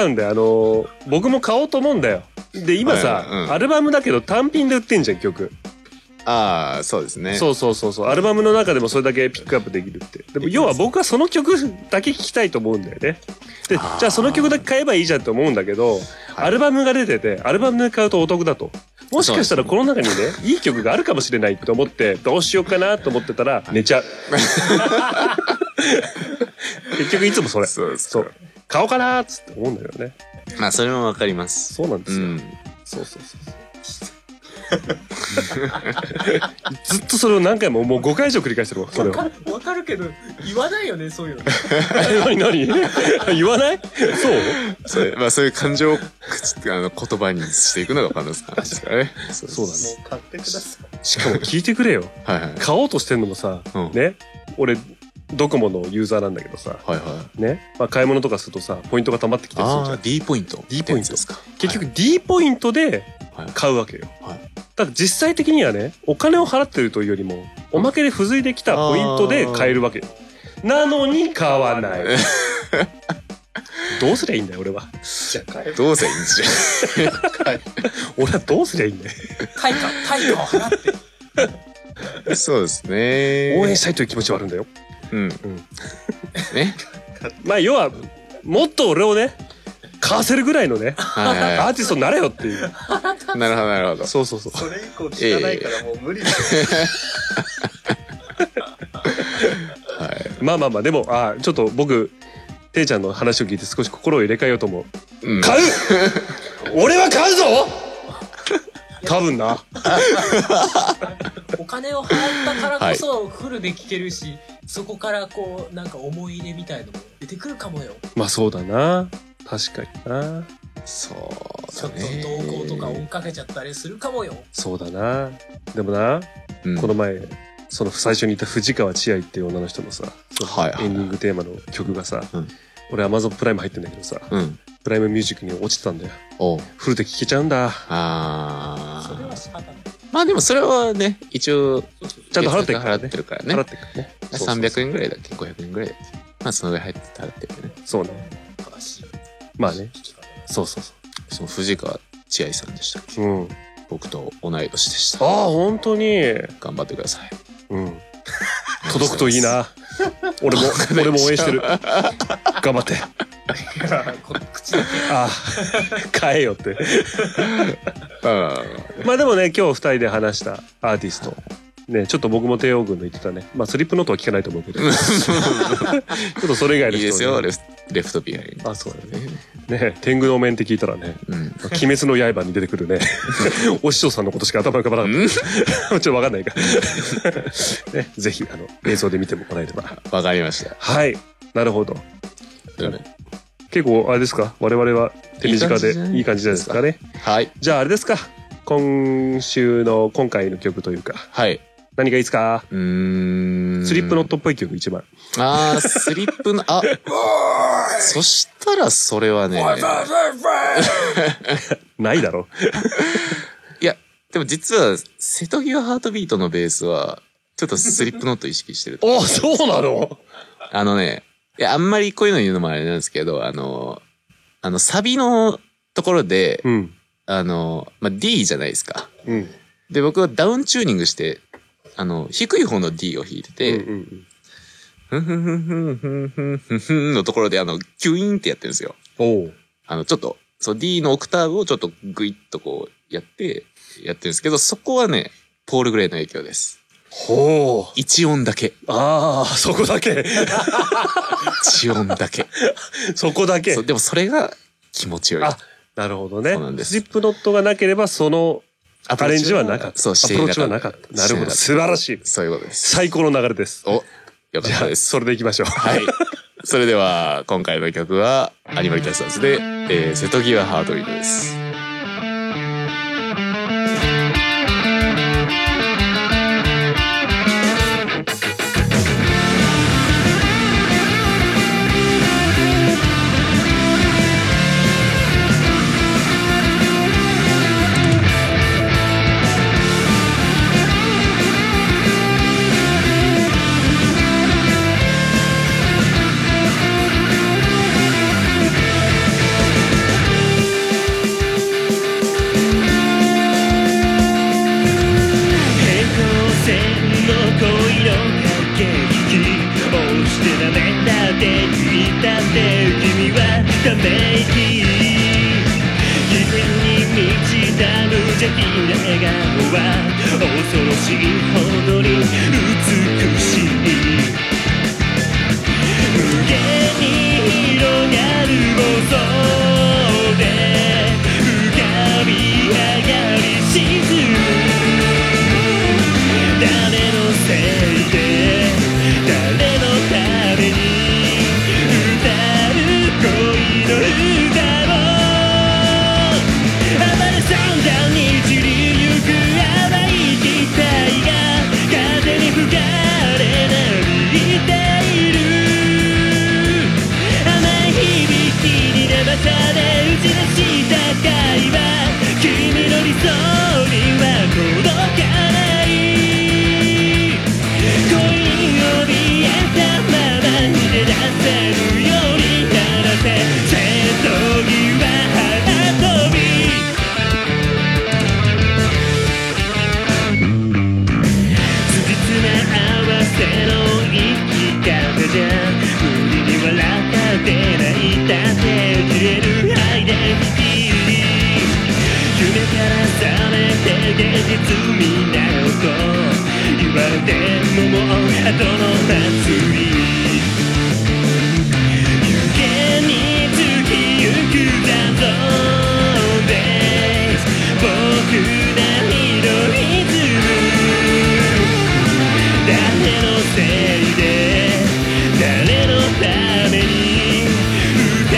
[SPEAKER 2] 違うんだよあの僕も買おうと思うんだよで今さ、
[SPEAKER 3] うんうん
[SPEAKER 2] アルバムだけど単品で売ってんじゃん曲
[SPEAKER 3] ああ、そうですね。
[SPEAKER 2] そうそうそうそうアルバムの中でもそれだけピックアップできるってでも要は僕はその曲だけ聴きたいと思うんだよねで
[SPEAKER 3] あー
[SPEAKER 2] じゃあその曲だけ買えばいいじゃんと思うんだけど、
[SPEAKER 3] はい
[SPEAKER 2] アルバムが出ててアルバムで買うとお得だともしかしたらこの中にねいい曲があるかもしれないと思ってどうしようかなと思ってたら寝ち ゃう結局いつもそれ
[SPEAKER 3] そうです
[SPEAKER 2] そう買おうかなーっつって思うんだけどね
[SPEAKER 3] まあ、それもわかります。
[SPEAKER 2] そうなんで
[SPEAKER 3] う
[SPEAKER 2] すよ、
[SPEAKER 3] ん。
[SPEAKER 2] そうそうそうそうずっとそれを何回ももう5回以上繰り返してるわそれ を
[SPEAKER 5] わかるわかるけど言わないよねそういうの
[SPEAKER 2] え、なになに 言わないそう
[SPEAKER 3] それまあ、そういう感情を口、あの、言葉にしていくのがパンダさんの話ですからね。そ
[SPEAKER 2] そうだね。
[SPEAKER 4] う買ってください。
[SPEAKER 2] しかも聞いてくれよ。
[SPEAKER 3] はいはい。
[SPEAKER 2] 買おうとしてんのもさ、
[SPEAKER 3] うん
[SPEAKER 2] ね、俺、ドコモのユーザーなんだけどさ、
[SPEAKER 3] はいはい。
[SPEAKER 2] ね、まあ、買い物とかするとさ、ポイントが溜まってきてるじゃ
[SPEAKER 3] ああ
[SPEAKER 2] ん。
[SPEAKER 3] ー、D ポイント。
[SPEAKER 2] D ポイント
[SPEAKER 3] ってやつですか。
[SPEAKER 2] 結局 D ポイントで
[SPEAKER 3] はい、はい。
[SPEAKER 2] 買うわけよ。
[SPEAKER 3] はい
[SPEAKER 2] だから実際的にはね、お金を払ってるというよりも、おまけで付随できたポイントで買えるわけよ。なのに買わない。どうすりゃいいんだよ、俺は。
[SPEAKER 4] じゃあ買えば
[SPEAKER 3] どうせいいんじゃん。
[SPEAKER 2] 俺はどうすりゃいいんだよ。
[SPEAKER 5] 対価対価を払って
[SPEAKER 3] そうですね。
[SPEAKER 2] 応援したいという気持ちはあるんだよ。
[SPEAKER 3] うん。ね。
[SPEAKER 2] まあ要はもっと俺をね買わせるぐらいのね
[SPEAKER 3] はいはい
[SPEAKER 2] アーティストになれよっていう
[SPEAKER 3] なるほど、なるほど。
[SPEAKER 2] そうそうそう
[SPEAKER 4] それ以降聞かないからもう無理だよ。
[SPEAKER 3] はい。
[SPEAKER 2] まあまあまあでもあーちょっと僕ていちゃんの話を聞いて少し心を入れ替えようと思う
[SPEAKER 3] うん
[SPEAKER 2] 買う 俺は買うぞ多分な
[SPEAKER 5] お金を払ったからこそフルで聴けるし、そこからこうなんか思い入れみたいのも出ててくるかもよ。
[SPEAKER 2] まあそうだな。確かにな。
[SPEAKER 3] そう
[SPEAKER 5] ちょ
[SPEAKER 3] だ
[SPEAKER 5] っと
[SPEAKER 3] ね。
[SPEAKER 5] 投稿とか追っかけちゃったりするかもよ。
[SPEAKER 2] そうだな。でもな、
[SPEAKER 3] うん
[SPEAKER 2] この前、その最初に言った藤川千愛っていう女の人のさ、
[SPEAKER 3] はいはい
[SPEAKER 2] エンディングテーマの曲がさ、
[SPEAKER 3] うん
[SPEAKER 2] 俺 Amazon プライム入ってんだけどさ、
[SPEAKER 3] うん。
[SPEAKER 2] プライムミュージックに落ちてたんだよ。
[SPEAKER 3] おう
[SPEAKER 2] フルで聴けちゃうんだ。
[SPEAKER 3] あ
[SPEAKER 5] それは
[SPEAKER 3] ー。
[SPEAKER 5] 仕方ない。
[SPEAKER 3] まあでもそれはね、一応、
[SPEAKER 2] ちゃんと払ってる
[SPEAKER 3] 月額
[SPEAKER 2] から
[SPEAKER 3] 払
[SPEAKER 2] ね
[SPEAKER 3] って。るから
[SPEAKER 2] 払
[SPEAKER 3] ね
[SPEAKER 2] っ。てるからね。そうそう
[SPEAKER 3] 300円ぐらいだっけ ?500 円ぐらいだっけまあそのぐらい入って払ってるよね。
[SPEAKER 2] そうね。
[SPEAKER 5] 正しい。
[SPEAKER 2] まあね。
[SPEAKER 5] 聞き方
[SPEAKER 2] そうそうそ
[SPEAKER 3] その藤川千愛さんでしたっけ
[SPEAKER 2] う。うん。
[SPEAKER 3] 僕と同い年でした。
[SPEAKER 2] ああ、本当に。
[SPEAKER 3] 頑張ってください。
[SPEAKER 2] うん。届くといい。な。俺も、俺も応援して る。頑張って。
[SPEAKER 5] がこ口だけ
[SPEAKER 2] ああ、変えよって。
[SPEAKER 3] うん。
[SPEAKER 2] まあでもね、今日二人で話したアーティスト。ね、ちょっと僕も帝王軍の言ってたね。まあスリップノートは聞かないと思う けど。ちょっとそれ以外
[SPEAKER 3] い
[SPEAKER 2] の人、ね、
[SPEAKER 3] いですよ、レフレフトビハインド。
[SPEAKER 2] あ、そうだね。
[SPEAKER 3] ね
[SPEAKER 2] ね、天狗の面って聞いたらね、
[SPEAKER 3] うん。
[SPEAKER 2] 鬼滅の刃に出てくる ね、お師匠さんのことしか頭が浮かばなかった。ちょっとわかんないから。ね、ぜひ、あの、映像で見てもらえれば。
[SPEAKER 3] わかりました。
[SPEAKER 2] はい。なるほど。結構、あれですか我々は手短
[SPEAKER 3] いい感じじゃな
[SPEAKER 2] で
[SPEAKER 3] い
[SPEAKER 2] いい感じじゃないですかね。
[SPEAKER 3] はい。
[SPEAKER 2] じゃあ、あれですか今週の、今回の曲というか、
[SPEAKER 3] はい。
[SPEAKER 2] 何がいいですか
[SPEAKER 3] うーん。
[SPEAKER 2] スリップノットっぽい曲一番。
[SPEAKER 3] あー、スリップの、あ、そしたらそれはね、
[SPEAKER 2] ないだろ。
[SPEAKER 3] いや、でも実は、瀬戸際ハートビートのベースは、ちょっとスリップノット意識してる。
[SPEAKER 2] あ、そうなの
[SPEAKER 3] あのね、いや、あんまりこういうの言うのもあれなんですけど、あの、あの、サビのところで、
[SPEAKER 2] うん。
[SPEAKER 3] あの、まあ、D じゃないですか。
[SPEAKER 2] うん。
[SPEAKER 3] で、僕はダウンチューニングして、あの、低い方の D を弾いて
[SPEAKER 2] うんう
[SPEAKER 3] て、
[SPEAKER 2] ん
[SPEAKER 3] ふんふんふんふんふんふんふんふんのところで、あの、キュイーンってやってるんですよ。
[SPEAKER 2] おう。
[SPEAKER 3] あの、ちょっと、そう D のオクターブをちょっとグイッとこう、やって、やってるんですけど、そこはね、ポール・グレイの影響です。
[SPEAKER 2] ほう。
[SPEAKER 3] 一音だけ。
[SPEAKER 2] ああ、そこだけ。
[SPEAKER 3] 一音だ け。
[SPEAKER 2] そこだけ
[SPEAKER 3] そう。でもそれが気持ちよい。
[SPEAKER 2] あなるほどね
[SPEAKER 3] そうなん。です
[SPEAKER 2] スリップノットがなければ、その
[SPEAKER 3] ア
[SPEAKER 2] アレンジはなかった。
[SPEAKER 3] そう、して
[SPEAKER 2] ア
[SPEAKER 3] い
[SPEAKER 2] プローチはなかった。なるほど。
[SPEAKER 3] して
[SPEAKER 2] 素晴らしい
[SPEAKER 3] い。そういうことです。
[SPEAKER 2] 最高の流れです。
[SPEAKER 3] お、よか
[SPEAKER 2] じ
[SPEAKER 3] った
[SPEAKER 2] ゃ
[SPEAKER 3] で
[SPEAKER 2] あ、
[SPEAKER 3] す。
[SPEAKER 2] それでいきましょう。
[SPEAKER 3] はい。それでは、今回の曲は、アニマルキャスターズで、えー、瀬戸際ハートビートです。
[SPEAKER 6] 平行線の恋の駆け引き押してなめんだって言ったって君はため息夢に満ちた無邪気な笑顔は恐ろしいほどに美しい無限に広がる妄想で浮かび上がり沈む誰のせいで誰のために歌う恋の歌を暴れ三段に散りゆく淡い期待が風に吹かれなびいている甘い響きに流され打ち出した会話君の理想には届かない恋を怯えたまま逃げ出せるようにならせ瀬戸際花飛びつじつま合わせの生き方じゃ無理に笑って泣いたって消えるアイデンティティ夢から覚めて現実見なよと言われてももう後の祭り湯気に突きゆくだぞで僕なりのリズム誰のせいで誰のために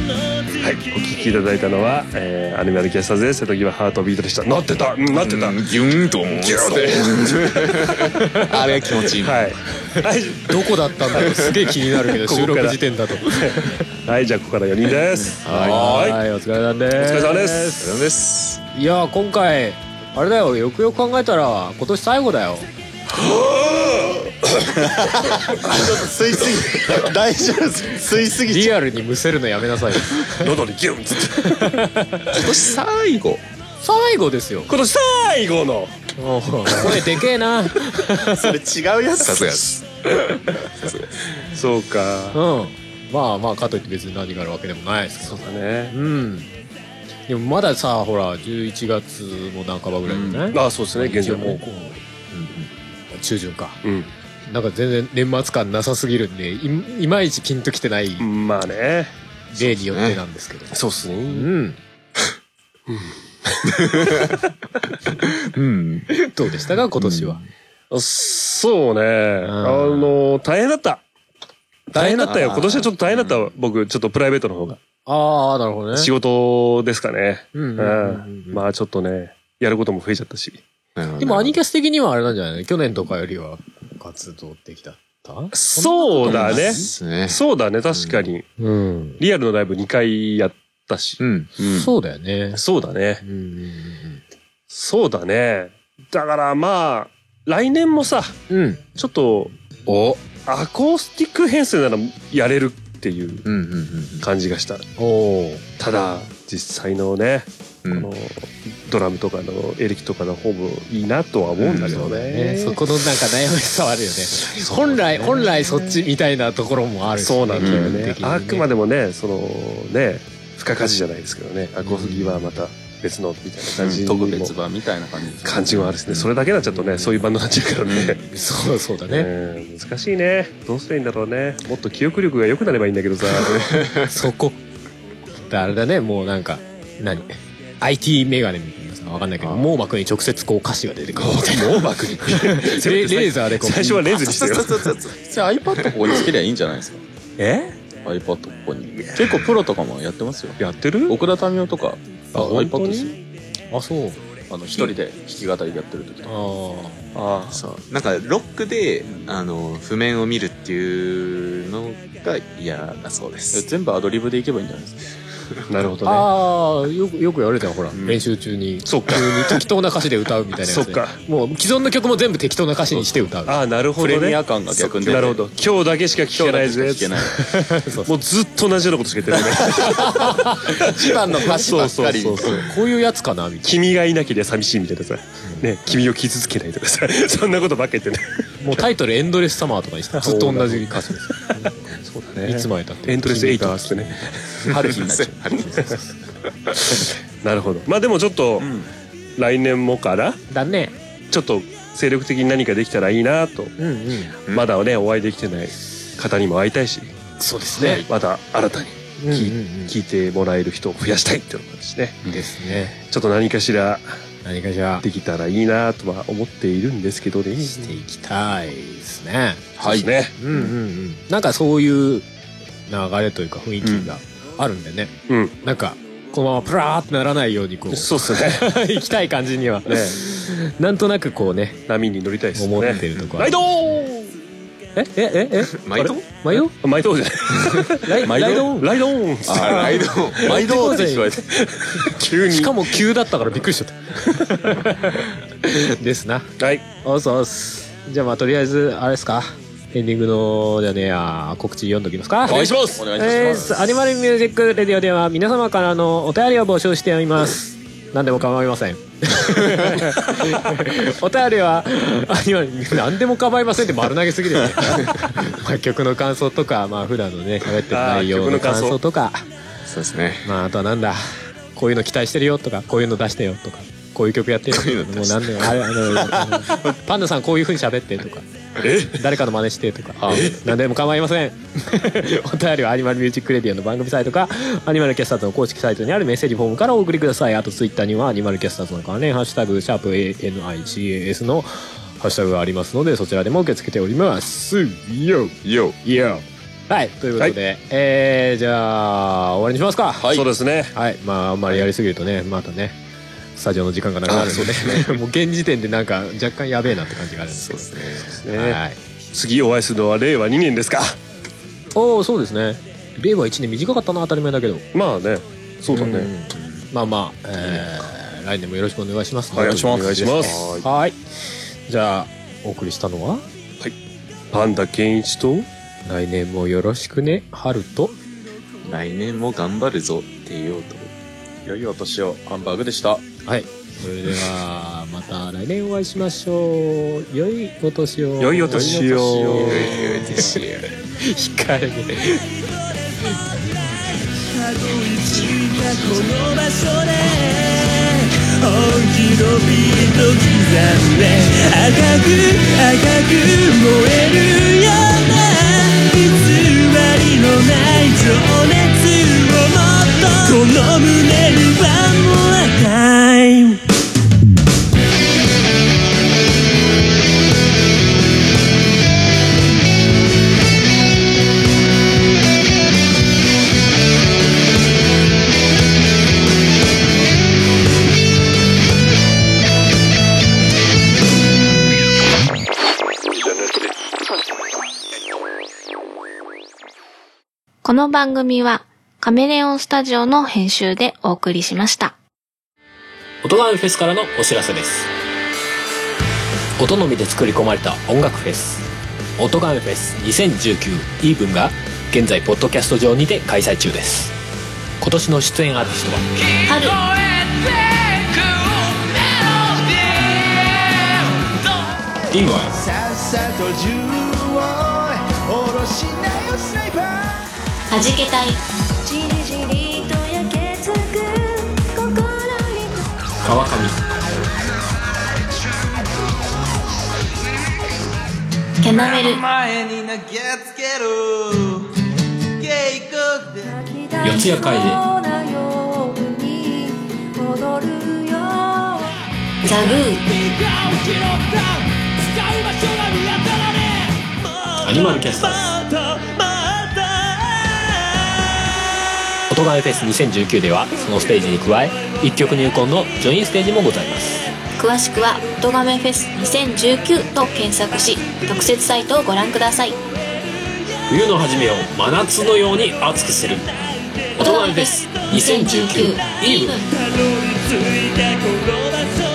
[SPEAKER 2] いただいたのは、えーアニマルキャスターズで瀬戸際ハートビートでした。なってたうんなってた、
[SPEAKER 3] ギュンとギュンと あれ気持ちいいな
[SPEAKER 2] はい。はい、
[SPEAKER 4] どこだったんだろうすげえ気になるけど
[SPEAKER 2] ここ
[SPEAKER 4] 収
[SPEAKER 2] から
[SPEAKER 4] 録時点だと
[SPEAKER 2] はい、じゃあここから4人です。
[SPEAKER 4] は い
[SPEAKER 2] は
[SPEAKER 4] はいお疲れさんで
[SPEAKER 2] い。お
[SPEAKER 4] す
[SPEAKER 2] 疲れ様です。
[SPEAKER 3] です
[SPEAKER 4] いやー今回あれだよよくよく考えたら今年最後だよ
[SPEAKER 3] 吸いすぎ 大丈夫吸いすぎ
[SPEAKER 4] リアルにむせるのやめなさい
[SPEAKER 2] 喉にギュンっつって。
[SPEAKER 3] 今年最後
[SPEAKER 4] 最後ですよ
[SPEAKER 2] 今年最後の。
[SPEAKER 4] 声でけえなうん
[SPEAKER 3] それ違うやつさすがです
[SPEAKER 2] そうか。
[SPEAKER 4] まあまあかといって別に何があるわけでもないですけど
[SPEAKER 2] そうだね。
[SPEAKER 4] うんでもまださほら11月も半ばぐらいじゃない、
[SPEAKER 2] あ、そうですね。現
[SPEAKER 4] 一
[SPEAKER 2] 状
[SPEAKER 4] 応も
[SPEAKER 2] も
[SPEAKER 4] うこ。う中旬か
[SPEAKER 2] うん。
[SPEAKER 4] なんか全然年末感なさすぎるんでいいまいちピンときてない
[SPEAKER 2] うんまあね。
[SPEAKER 4] 例によってなんですけど
[SPEAKER 2] そうっす
[SPEAKER 4] う
[SPEAKER 2] ね。
[SPEAKER 4] ん
[SPEAKER 3] うん
[SPEAKER 4] どうでしたか今年は、
[SPEAKER 2] そうね。あの、大変だった。大変だったよ。今年はちょっと大変だったわ。僕、ちょっとプライベートの方が。
[SPEAKER 4] ああなるほどね
[SPEAKER 2] 仕事ですかね。
[SPEAKER 4] うん
[SPEAKER 2] う
[SPEAKER 4] うんうんうん
[SPEAKER 2] ん。まあちょっとね、やることも増えちゃったし。
[SPEAKER 4] でもアニキャス的にはあれなんじゃないの去年とかよりは活動できたった
[SPEAKER 2] そうだね。
[SPEAKER 3] ですね
[SPEAKER 2] そうだね。確かに。
[SPEAKER 4] うん、
[SPEAKER 2] リアルのライブ2回やったし。
[SPEAKER 3] うんうん
[SPEAKER 4] そうだよね
[SPEAKER 2] そうだね
[SPEAKER 4] う。んうん
[SPEAKER 2] そうだね。だからまあ、来年もさ、
[SPEAKER 4] うんうん
[SPEAKER 2] ちょっと、
[SPEAKER 4] お
[SPEAKER 2] アコースティック編成ならやれるっていう
[SPEAKER 3] うんうん
[SPEAKER 2] 感じがした。
[SPEAKER 4] おー
[SPEAKER 2] ただ、実際のね、
[SPEAKER 3] うんうん
[SPEAKER 2] この、ドラムとかのエレキとかの方もいいなとは思うんだけどね。
[SPEAKER 4] ね、そこのなんか悩みさはあるよね本来本来そっちみたいなところもあるし
[SPEAKER 2] そうなんだよ
[SPEAKER 4] 気分
[SPEAKER 2] ね
[SPEAKER 4] 的。に
[SPEAKER 2] あくまでもね、そのね、付加価値じゃないですけどね、アコースティックはまた別のみたいな感じにも
[SPEAKER 7] 特別版みたいな感じですね
[SPEAKER 2] 感じもあるしね。それだけになっちゃうとね、そういうバンドになっちゃうからね。
[SPEAKER 4] そうそうだね、
[SPEAKER 2] ね、難しいねどうすりゃいいんだろうねもっと記憶力が良くなればいいんだけどさ
[SPEAKER 4] そこだあれだねもうなんか何 IT メガネみたいなさわかんないけど網膜に直接こう歌詞が出てくるみたいな網膜に レレーザーでこ う
[SPEAKER 2] 最初はレンズにしてよ
[SPEAKER 7] じゃあ iPad ここにつけりゃいいんじゃないですか
[SPEAKER 2] え
[SPEAKER 7] iPad ここに結構プロとかもやってますよ
[SPEAKER 2] やってる
[SPEAKER 7] 奥田民生とか
[SPEAKER 2] あ
[SPEAKER 7] あ
[SPEAKER 2] 本当
[SPEAKER 7] iPad
[SPEAKER 2] に
[SPEAKER 7] ですよ
[SPEAKER 4] あそう
[SPEAKER 7] あの一人で弾き語りやってる時とか
[SPEAKER 4] あ
[SPEAKER 2] あ
[SPEAKER 3] そうなんかロックであの譜面を見るっていうのが嫌だそうです
[SPEAKER 7] 全部アドリブでいけばいいんじゃないです
[SPEAKER 2] あなるほどね
[SPEAKER 4] あーよくよく言われたよほら、練習中に
[SPEAKER 2] そっか
[SPEAKER 4] 急に適当な歌詞で歌うみたいなやつ
[SPEAKER 2] そっ
[SPEAKER 4] で
[SPEAKER 2] か
[SPEAKER 4] もう既存の曲も全部適当な歌詞にして歌う
[SPEAKER 2] ああなるほ
[SPEAKER 7] かプ
[SPEAKER 2] ど
[SPEAKER 7] レ
[SPEAKER 2] ね
[SPEAKER 7] ミア感が逆に出て
[SPEAKER 2] なるほど今日だけしか聞けないぜ
[SPEAKER 7] 今日だけしか聞けない
[SPEAKER 2] もうずっと同じようなことしか言ってない ね
[SPEAKER 7] 一番の歌詞ばっかり
[SPEAKER 2] そうそうそう
[SPEAKER 4] こういうやつかなみたい
[SPEAKER 2] 君がいなきゃ寂しいみたいなさ、ね、君を傷つけないとかさそんなことばっか言ってね
[SPEAKER 4] なもうタイトル「エンドレスサマー」とかにしてずっと同じ歌詞です
[SPEAKER 2] そうだ
[SPEAKER 4] いつまでたって
[SPEAKER 2] エントレスエイトっつってね
[SPEAKER 7] 春日になっちゃう
[SPEAKER 2] なるほどまあでもちょっと、来年もから
[SPEAKER 4] だね
[SPEAKER 2] ちょっと精力的に何かできたらいいなと
[SPEAKER 4] うんうん
[SPEAKER 2] まだねお会いできてない方にも会いたいし
[SPEAKER 4] そうです
[SPEAKER 2] ね、また新たに聞,、
[SPEAKER 4] うんうんうん
[SPEAKER 2] 聞いてもらえる人を増やしたいっていうのもあるしね
[SPEAKER 4] ですね
[SPEAKER 2] ちょっと何かしら
[SPEAKER 4] 何かしら
[SPEAKER 2] できたらいいなとは思っているんですけどね。
[SPEAKER 4] していきたいですね
[SPEAKER 2] はい。そうですね。
[SPEAKER 4] うんうんうんなんかそういう流れというか雰囲気があるんでね、
[SPEAKER 2] うん。
[SPEAKER 4] なんかこのままプラーってならないようにこう
[SPEAKER 2] そうっすね。
[SPEAKER 4] 行きたい感じには、
[SPEAKER 2] ね
[SPEAKER 4] なんとなくこうね
[SPEAKER 2] 波に乗りたいですね。
[SPEAKER 4] 思ってるとこあ
[SPEAKER 2] ライ
[SPEAKER 4] る
[SPEAKER 2] ド
[SPEAKER 4] ええええ
[SPEAKER 3] 毎度
[SPEAKER 4] マヨ
[SPEAKER 2] マイドーじゃない。
[SPEAKER 4] ライライドオン
[SPEAKER 2] ライドオン
[SPEAKER 3] 毎度
[SPEAKER 4] 毎度って聞こえて
[SPEAKER 2] 急に。
[SPEAKER 4] しかも急だったからびっくりしちゃった ですな
[SPEAKER 2] はい。
[SPEAKER 4] おっすおっすじゃあまあとりあえずあれですかエンディングのじゃねえや告知読んどきますか
[SPEAKER 7] お願いしますお願い
[SPEAKER 4] え
[SPEAKER 7] し
[SPEAKER 4] ー
[SPEAKER 7] ます
[SPEAKER 4] アニマルミュージックレディオでは皆様からのお便りを募集しております何でも構いま せんお便りはアニマル何でも構いませんって丸投げすぎるよね まあ曲の感想とか、まあ普段のね喋ってる内
[SPEAKER 2] あー
[SPEAKER 4] 容
[SPEAKER 2] 曲の
[SPEAKER 4] の
[SPEAKER 2] 感
[SPEAKER 4] 感
[SPEAKER 2] 想
[SPEAKER 4] 想とか
[SPEAKER 3] そうですね
[SPEAKER 4] まああとはなんだこういうの期待してるよとかこういうの出してよとかこういう曲やってよとか
[SPEAKER 3] こういうの
[SPEAKER 4] も
[SPEAKER 3] 出
[SPEAKER 4] う
[SPEAKER 3] して
[SPEAKER 4] 何でもあれあのパンダさんこういうふうに喋ってとか誰かの真似してとか何でも構い ませんお便りはアニマルミュージックレディオの番組サイトかアニマルキャスターズの公式サイトにあるメッセージフォームからお送りくださいあとツイッターにはアニマルキャスターズの関連ハッシュタグシャープ ANICAS のハッシュタグがありますのでそちらでも受け付けておりますよ
[SPEAKER 3] よ
[SPEAKER 4] いやはいということで、えー、じゃあ終わりにしますか
[SPEAKER 7] はい
[SPEAKER 2] そうですね。
[SPEAKER 4] はいまああんまりやりすぎるとねまたねスタジオの時間がなくなるので もう現時点でなんか若干やべえなって感じがあるんですけど
[SPEAKER 2] ね
[SPEAKER 4] はい、
[SPEAKER 2] 次お会いするのは令和2年ですか。
[SPEAKER 4] おおそうですね令和1年短かったな当たり前だけど
[SPEAKER 2] まあね。そうだ
[SPEAKER 4] うん
[SPEAKER 2] ね。
[SPEAKER 4] まあまあ、えー、来年もよろしくお願いします、
[SPEAKER 2] はいお願いします
[SPEAKER 4] すはいじゃあお送りしたのは
[SPEAKER 2] パンダ健一と
[SPEAKER 4] 来年もよろしくね春と
[SPEAKER 3] 来年も頑張るぞって言おうと
[SPEAKER 7] 良いお年をハンバーグでした
[SPEAKER 4] はいそれではまた来年お会いしましょう良いお年を
[SPEAKER 2] 良いお年を
[SPEAKER 4] 良いお
[SPEAKER 3] 言う てし
[SPEAKER 4] 控えめ
[SPEAKER 6] たどり着いたこの場所で本気のビート刻んで赤く赤く燃えるような偽りのない情熱をもっとこの胸にはもう赤い
[SPEAKER 8] この番組はカメレオンスタジオの編集でお送りしました。
[SPEAKER 4] 音がフェスからのお知らせです音のみで作り込まれた音楽フェス音がフェス2019イーブンが現在ポッドキャスト上にて開催中です今年の出演アーティストは
[SPEAKER 8] 春、
[SPEAKER 4] イーブン
[SPEAKER 8] はじけたい、
[SPEAKER 9] じりじりと焼けつく心に
[SPEAKER 4] 川上
[SPEAKER 8] キャナメル、
[SPEAKER 4] 四谷怪人
[SPEAKER 9] 踊るよ
[SPEAKER 8] ザグー、
[SPEAKER 4] アニマルキャスターズ音がフェス2019ではそのステージに加え一曲入魂のジョインステージもございます
[SPEAKER 8] 詳しくは音がめフェス2019と検索し、特設サイトをご覧ください。
[SPEAKER 4] 冬の初めを真夏のように熱くする音がフェス2019イーブン
[SPEAKER 6] たどり着いたこの場所で